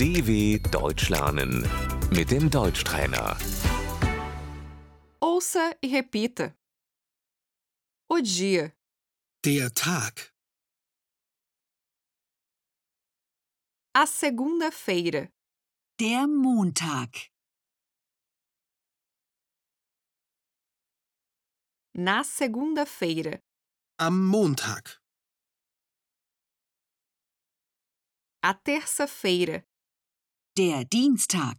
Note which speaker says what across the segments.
Speaker 1: DW Deutsch lernen mit dem Deutschtrainer.
Speaker 2: Ouça e repita. O dia,
Speaker 3: Der Tag,
Speaker 2: a segunda-feira,
Speaker 4: Der Montag.
Speaker 2: na segunda-feira,
Speaker 3: am Montag,
Speaker 2: a terça-feira,
Speaker 4: Der Dienstag.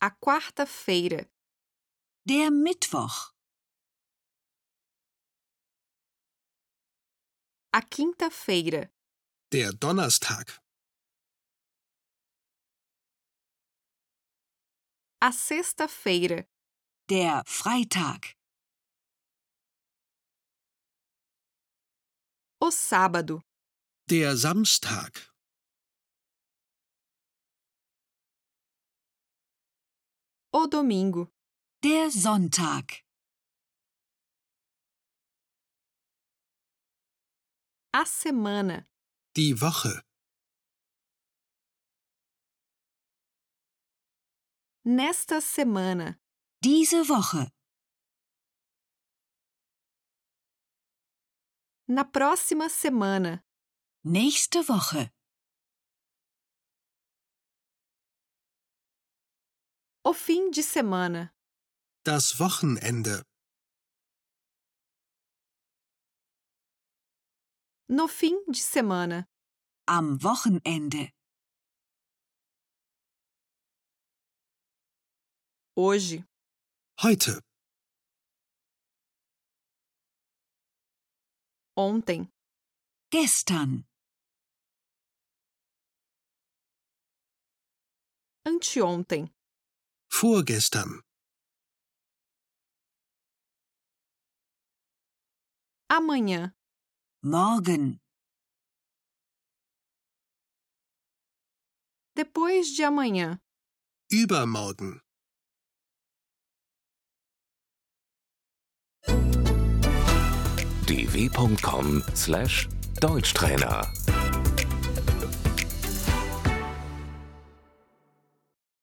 Speaker 2: a quarta-feira,
Speaker 4: Der Mittwoch.
Speaker 2: a quinta-feira,
Speaker 3: der Donnerstag,
Speaker 2: a sexta-feira,
Speaker 4: Der Freitag.
Speaker 2: o sábado,
Speaker 3: der Samstag,
Speaker 2: o domingo,
Speaker 4: Der Sonntag.
Speaker 2: a semana,
Speaker 3: die Woche,
Speaker 2: nesta semana,
Speaker 4: Diese Woche.
Speaker 2: na próxima semana,
Speaker 4: Nächste Woche.
Speaker 2: o fim de semana,
Speaker 3: das Wochenende,
Speaker 2: no fim de semana,
Speaker 4: Am Wochenende.
Speaker 2: hoje,
Speaker 3: heute,
Speaker 2: ontem,
Speaker 4: Gestern.
Speaker 2: anteontem,
Speaker 3: vorgestern,
Speaker 2: amanhã,
Speaker 4: Morgen.
Speaker 2: depois de amanhã,
Speaker 3: übermorgen.
Speaker 1: dw.com/deutschtrainer